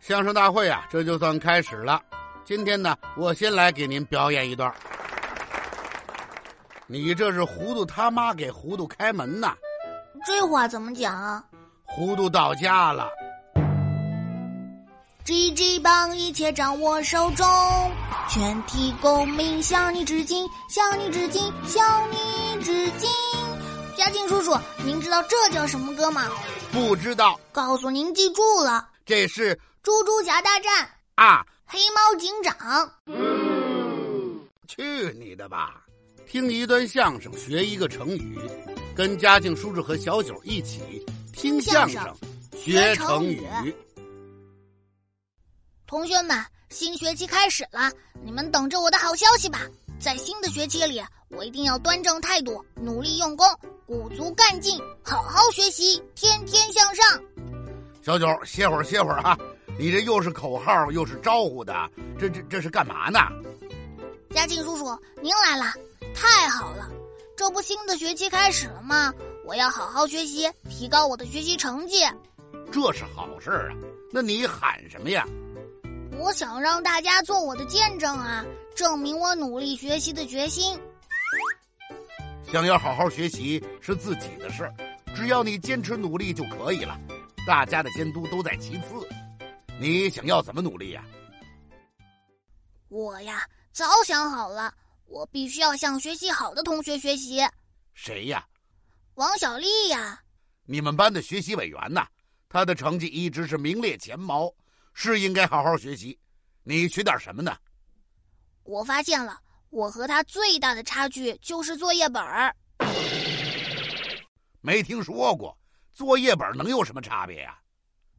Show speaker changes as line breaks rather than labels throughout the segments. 相声大会啊，这就算开始了。今天呢，我先来给您表演一段。你这是糊涂他妈给糊涂开门呐！
这话怎么讲啊
糊涂到家了，
？G G 帮一切掌握手中，全体公民向你致敬，向你致敬，向你致敬。嘉靖叔叔，您知道这叫什么歌吗？
不知道
告诉您，记住了，
这是
《猪猪侠大战
啊，
黑猫警长》。
去你的吧！听一段相声，学一个成语，跟嘉靖叔叔和小九一起听相声
相，
学
学
成
成
语
语。同学们，新学期开始了，你们等着我的好消息吧！在新的学期里，我一定要端正态度，努力用功，鼓足干劲，好好学习，天天向上。
小九，歇会儿，歇会儿啊！你这又是口号又是招呼的，这这这是干嘛呢？
嘉靖叔叔，您来了，太好了！这不新的学期开始了吗？我要好好学习，提高我的学习成绩。
这是好事儿啊！那你喊什么呀？
我想让大家做我的见证啊，证明我努力学习的决心。
想要好好学习是自己的事儿，只要你坚持努力就可以了。大家的监督都在其次。你想要怎么努力呀、
我呀，早想好了，我必须要向学习好的同学学习。
谁呀、
王小丽呀，
你们班的学习委员呐、他的成绩一直是名列前茅，是应该好好学习。你学点什么呢？
我发现了，我和她最大的差距就是作业本儿。
没听说过，作业本能有什么差别呀、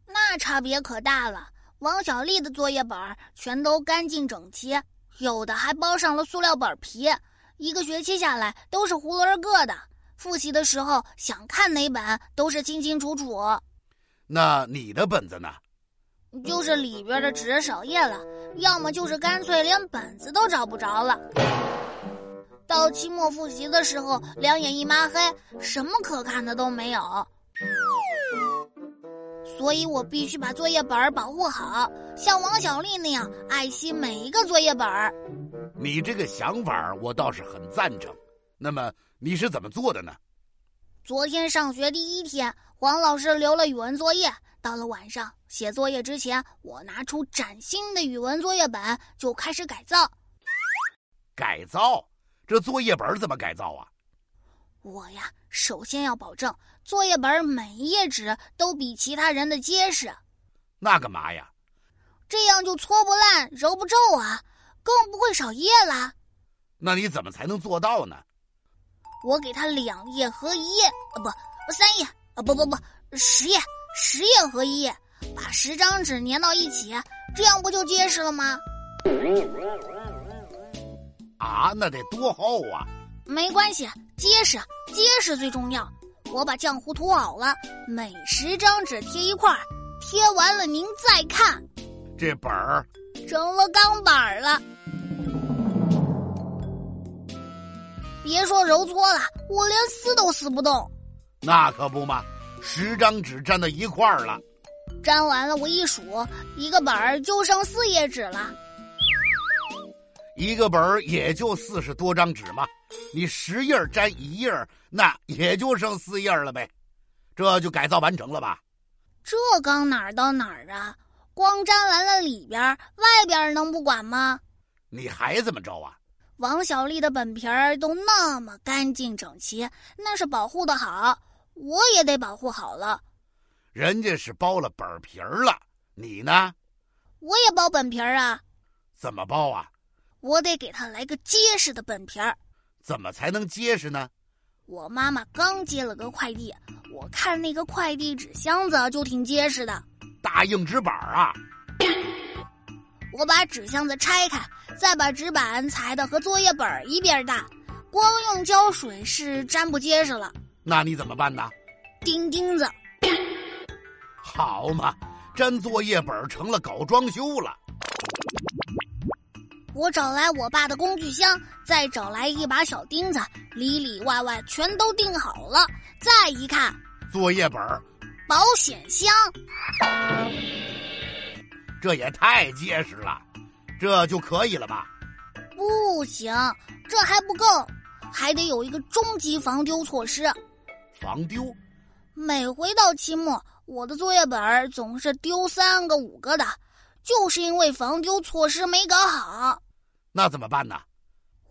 那差别可大了。王小丽的作业本儿全都干净整齐，有的还包上了塑料本皮。一个学期下来都是囫囵儿个的，复习的时候想看哪本都是清清楚楚，
那你的本子呢？
就是里边的纸少页了，要么就是干脆连本子都找不着了。到期末复习的时候，两眼一抹黑，什么可看的都没有。所以我必须把作业本儿保护好，像王小丽那样爱惜每一个作业本儿。
你这个想法儿我倒是很赞成。那么你是怎么做的呢？
昨天上学第一天，黄老师留了语文作业。到了晚上写作业之前，我拿出崭新的语文作业本就开始改造。
改造？这作业本儿怎么改造啊？
我呀，首先要保证作业本每一页纸都比其他人的结实，
那干嘛呀？
这样就搓不烂、揉不皱啊，更不会少页啦。
那你怎么才能做到呢？
我给它两页合一页，啊不，三页啊不不不，十页，十页合一页，把十张纸粘到一起，这样不就结实了吗？
啊，那得多厚啊！
没关系，结实，结实最重要。我把浆糊涂好了，每十张纸贴一块儿，贴完了您再看。
这本儿
成了钢板儿了。别说揉搓了，我连撕都撕不动。
那可不嘛，十张纸粘到一块儿了。
粘完了，我一数，一个本儿就剩四页纸了。
一个本儿也就四十多张纸嘛，你十页儿粘一页儿，那也就剩四页儿了呗，这就改造完成了吧？
这刚哪儿到哪儿啊？光粘完了里边儿，外边儿能不管吗？
你还怎么着啊？
王小丽的本皮儿都那么干净整齐，那是保护的好，我也得保护好了。
人家是包了本儿皮儿了，你呢？
我也包本皮儿啊，
怎么包啊？
我得给它来个结实的本皮儿。
怎么才能结实呢？
我妈妈刚接了个快递，我看那个快递纸箱子啊就挺结实的。
大硬纸板儿啊！
我把纸箱子拆开，再把纸板裁的和作业本儿一边大，光用胶水是粘不结实了。
那你怎么办呢？
钉钉子，
好嘛，粘作业本儿成了搞装修了。
我找来我爸的工具箱，再找来一把小钉子，里里外外全都钉好了。再一看，
作业本儿
保险箱，
这也太结实了，这就可以了吧？
不行，这还不够，还得有一个终极防丢措施。啊
防丢，
每回到期末，我的作业本儿总是丢三个五个的，就是因为防丢措施没搞好。
那怎么办呢？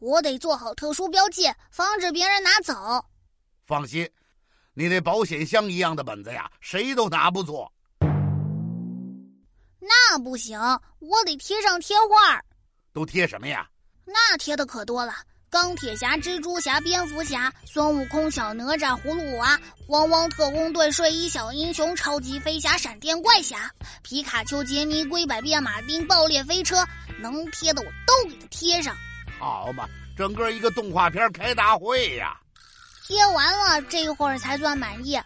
我得做好特殊标记，防止别人拿走。
放心，你那保险箱一样的本子呀，谁都拿不走。
那不行，我得贴上贴画儿。
都贴什么呀？
那贴的可多了：钢铁侠、蜘蛛侠、蝙蝠侠、孙悟空、小哪吒、葫芦娃、汪汪特工队、睡衣小英雄、超级飞侠、闪电怪侠、皮卡丘、杰尼龟、百变马丁、爆裂飞车，能贴的我都给它贴上。
好嘛，整个一个动画片开大会呀！
贴完了，这会儿才算满意。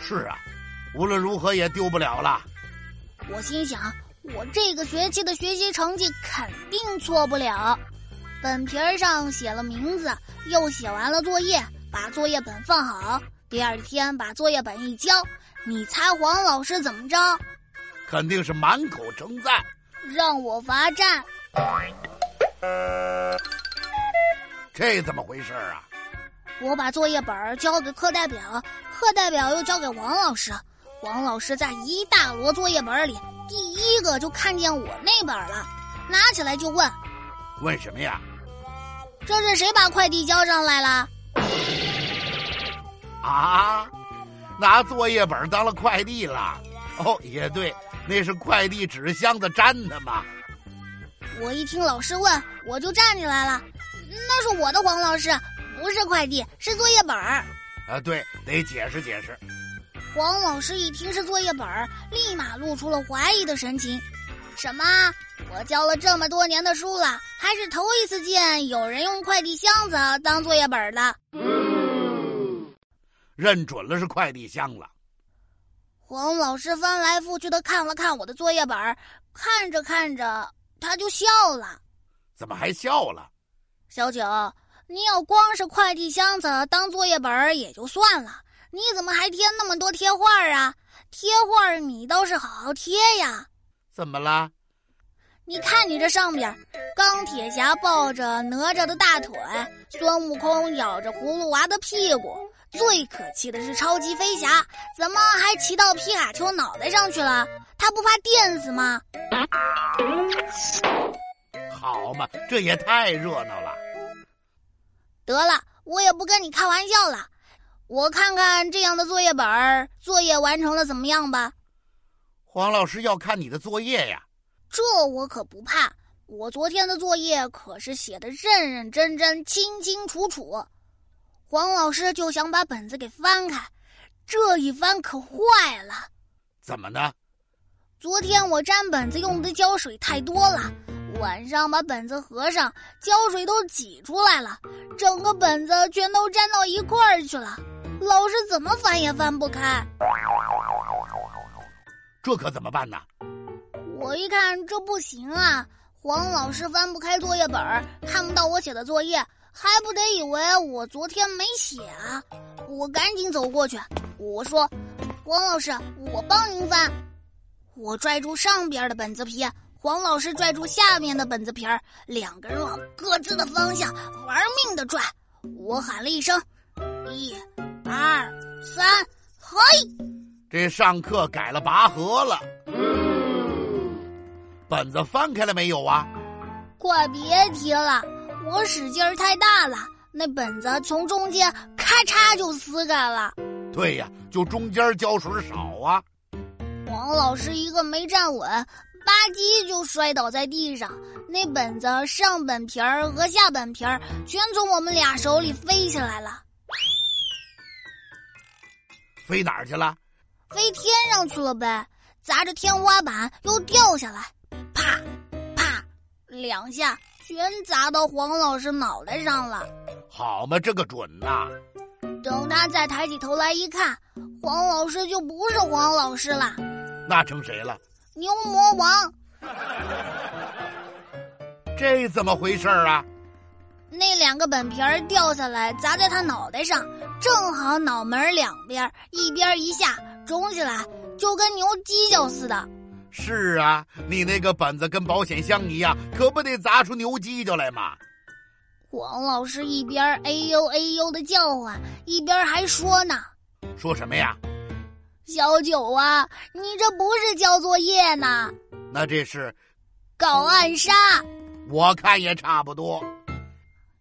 是啊，无论如何也丢不了了。
我心想，我这个学期的学习成绩肯定错不了。本皮儿上写了名字，又写完了作业，把作业本放好。第二天把作业本一交，你猜黄老师怎么着？
肯定是满口称赞。
让我罚站。
这怎么回事啊？
我把作业本儿交给课代表，课代表又交给王老师。王老师在一大摞作业本里，第一个就看见我那本了，拿起来就问
问什么呀？：“
这是谁把快递交上来了
啊，拿作业本当了快递了？哦，也对，那是快递纸箱子粘的嘛。？”
我一听老师问，我就站起来了。嗯那是我的黄老师，不是快递，是作业本儿。
啊，对，得解释解释。
黄老师一听是作业本儿，立马露出了怀疑的神情。什么？我教了这么多年的书了，还是头一次见有人用快递箱子当作业本儿的。
认准了是快递箱了。
黄老师翻来覆去的看了看我的作业本儿，看着看着他就笑了
怎么还笑了？：“
小九，你要光是快递箱子当作业本儿也就算了，你怎么还贴那么多贴画儿啊？贴画儿你倒是好好贴呀！
怎么了？
你看你这上边儿，钢铁侠抱着哪吒的大腿，孙悟空咬着葫芦娃的屁股，最可气的是超级飞侠，怎么还骑到皮卡丘脑袋上去了？他不怕电死吗？”
好嘛，这也太热闹了。
得了，我也不跟你开玩笑了，我看看这样的作业本儿作业完成了怎么样吧。
黄老师要看你的作业呀。
这我可不怕，我昨天的作业可是写的认认真真、清清楚楚。黄老师就想把本子给翻开，这一翻可坏了。
怎么呢？
昨天我粘本子用的胶水太多了，晚上把本子合上，胶水都挤出来了，整个本子全都粘到一块儿去了。老师怎么翻也翻不开。
这可怎么办呢？
我一看这不行啊，黄老师翻不开作业本儿，看不到我写的作业，还不得以为我昨天没写啊？我赶紧走过去，我说：“黄老师，我帮您翻。”我拽住上边的本子皮，黄老师拽住下面的本子皮儿，两个人往各自的方向玩命的拽。我喊了一声：“一、二、三，嘿！”
这上课改了拔河了。本子翻开了没有啊？
快别提了，我使劲儿太大了，那本子从中间咔嚓就撕开了。
对呀，就中间胶水少啊。
王老师一个没站稳，吧唧就摔倒在地上，那本子上本皮儿和下本皮儿全从我们俩手里飞起来了，
飞哪儿去了？
飞天上去了呗，砸着天花板又掉下来，啪啪两下全砸到黄老师脑袋上了。
好嘛，这个准呐、
等他再抬起头来一看，黄老师就不是黄老师了，
那成谁了？
牛魔王。
这怎么回事儿啊？
那两个本皮儿掉下来，砸在他脑袋上，正好脑门儿两边儿一边儿一下肿起来，就跟牛犄角似的。
是啊，你那个本子跟保险箱一样，可不得砸出牛犄角来嘛！
黄老师一边哎呦哎呦的叫唤，一边还说呢
说什么呀？：“
小九啊，你这不是交作业呢，
那这是
搞暗杀！”
我看也差不多。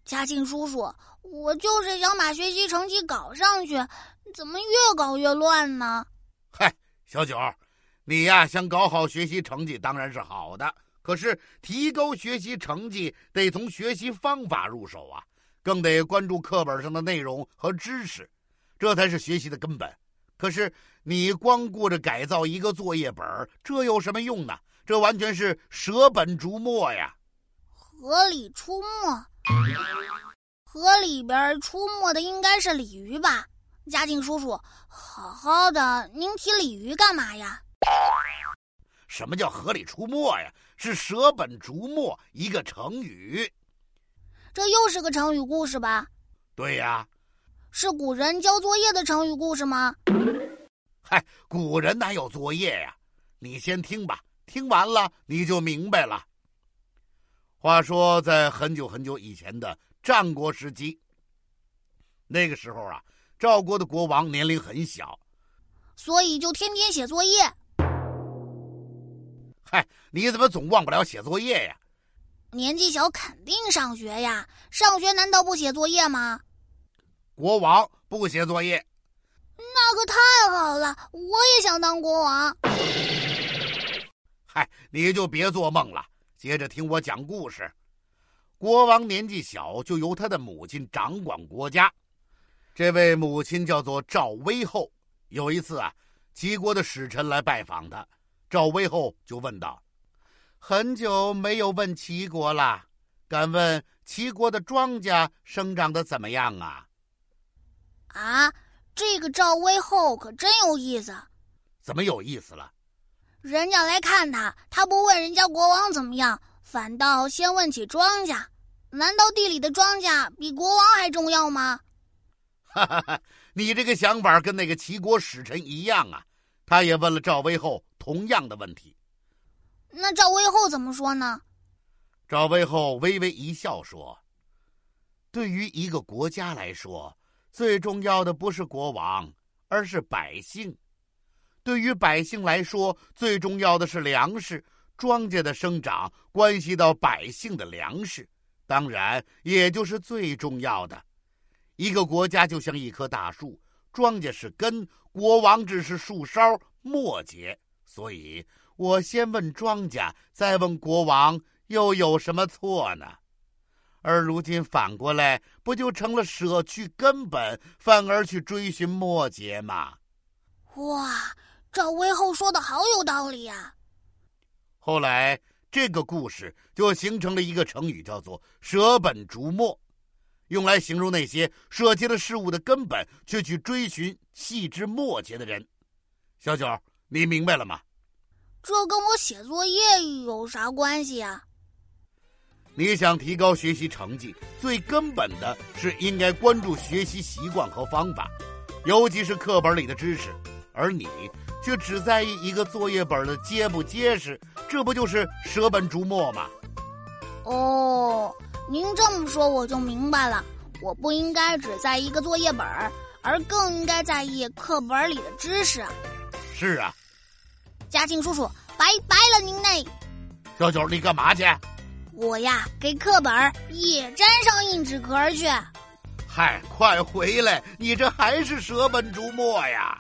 嘉庆叔叔，我就是想把学习成绩搞上去，怎么越搞越乱呢？
嗨，小九儿，你呀想搞好学习成绩当然是好的，可是提高学习成绩得从学习方法入手啊，更得关注课本上的内容和知识，这才是学习的根本。可是你光顾着改造一个作业本儿，这有什么用呢？这完全是舍本逐末呀！
河里出没，河里边出没的应该是鲤鱼吧？嘉庆叔叔，好好的，您提鲤鱼干嘛呀？
什么叫河里出没呀？是舍本逐末一个成语。
这又是个成语故事吧？
对呀、
是古人交作业的成语故事吗？
嗨，古人哪有作业呀、你先听吧，听完了你就明白了。话说，在很久很久以前的战国时期，那个时候啊，赵国的国王年龄很小。
所以就天天写作业。
嗨，你怎么总忘不了写作业呀、
年纪小肯定上学呀，上学难道不写作业吗？
国王不写作业，
那可太好了，我也想当国王。
嗨，你就别做梦了。接着听我讲故事。国王年纪小，就由他的母亲掌管国家。这位母亲叫做赵威后。有一次啊，齐国的使臣来拜访他，赵威后就问道：“很久没有问齐国了，敢问齐国的庄稼生长的怎么样啊？
啊，这个赵薇后可真有意思，
怎么有意思了？
人家来看他，他不问人家国王怎么样，反倒先问起庄稼。难道地里的庄稼比国王还重要吗？
哈哈哈，你这个想法跟那个齐国使臣一样啊。”他也问了赵威后同样的问题。
那赵薇后怎么说呢？
赵薇后微微一笑说：“对于一个国家来说，最重要的不是国王，而是百姓。对于百姓来说，最重要的是粮食。庄稼的生长关系到百姓的粮食，当然也就是最重要的。一个国家就像一棵大树，庄稼是根，国王只是树梢末节。所以，我先问庄稼，再问国王，又有什么错呢？而如今反过来，不就成了舍去根本，反而去追寻末节吗？
哇，赵薇后说的好有道理呀、
后来，这个故事就形成了一个成语，叫做“舍本逐末”，用来形容那些舍弃了事物的根本，却去追寻细枝末节的人。小九，你明白了吗？
这跟我写作业有啥关系呀、
你想提高学习成绩，最根本的是应该关注学习习惯和方法，尤其是课本里的知识。而你却只在意一个作业本的结不结实，这不就是舍本逐末吗？
哦，您这么说我就明白了，我不应该只在意一个作业本儿，而更应该在意课本里的知识。
是啊，
嘉庆叔叔，拜拜了您嘞！
小九，你干嘛去？
我呀，给课本儿也粘上硬纸壳儿去。
嗨，快回来！你这还是舍本逐末呀！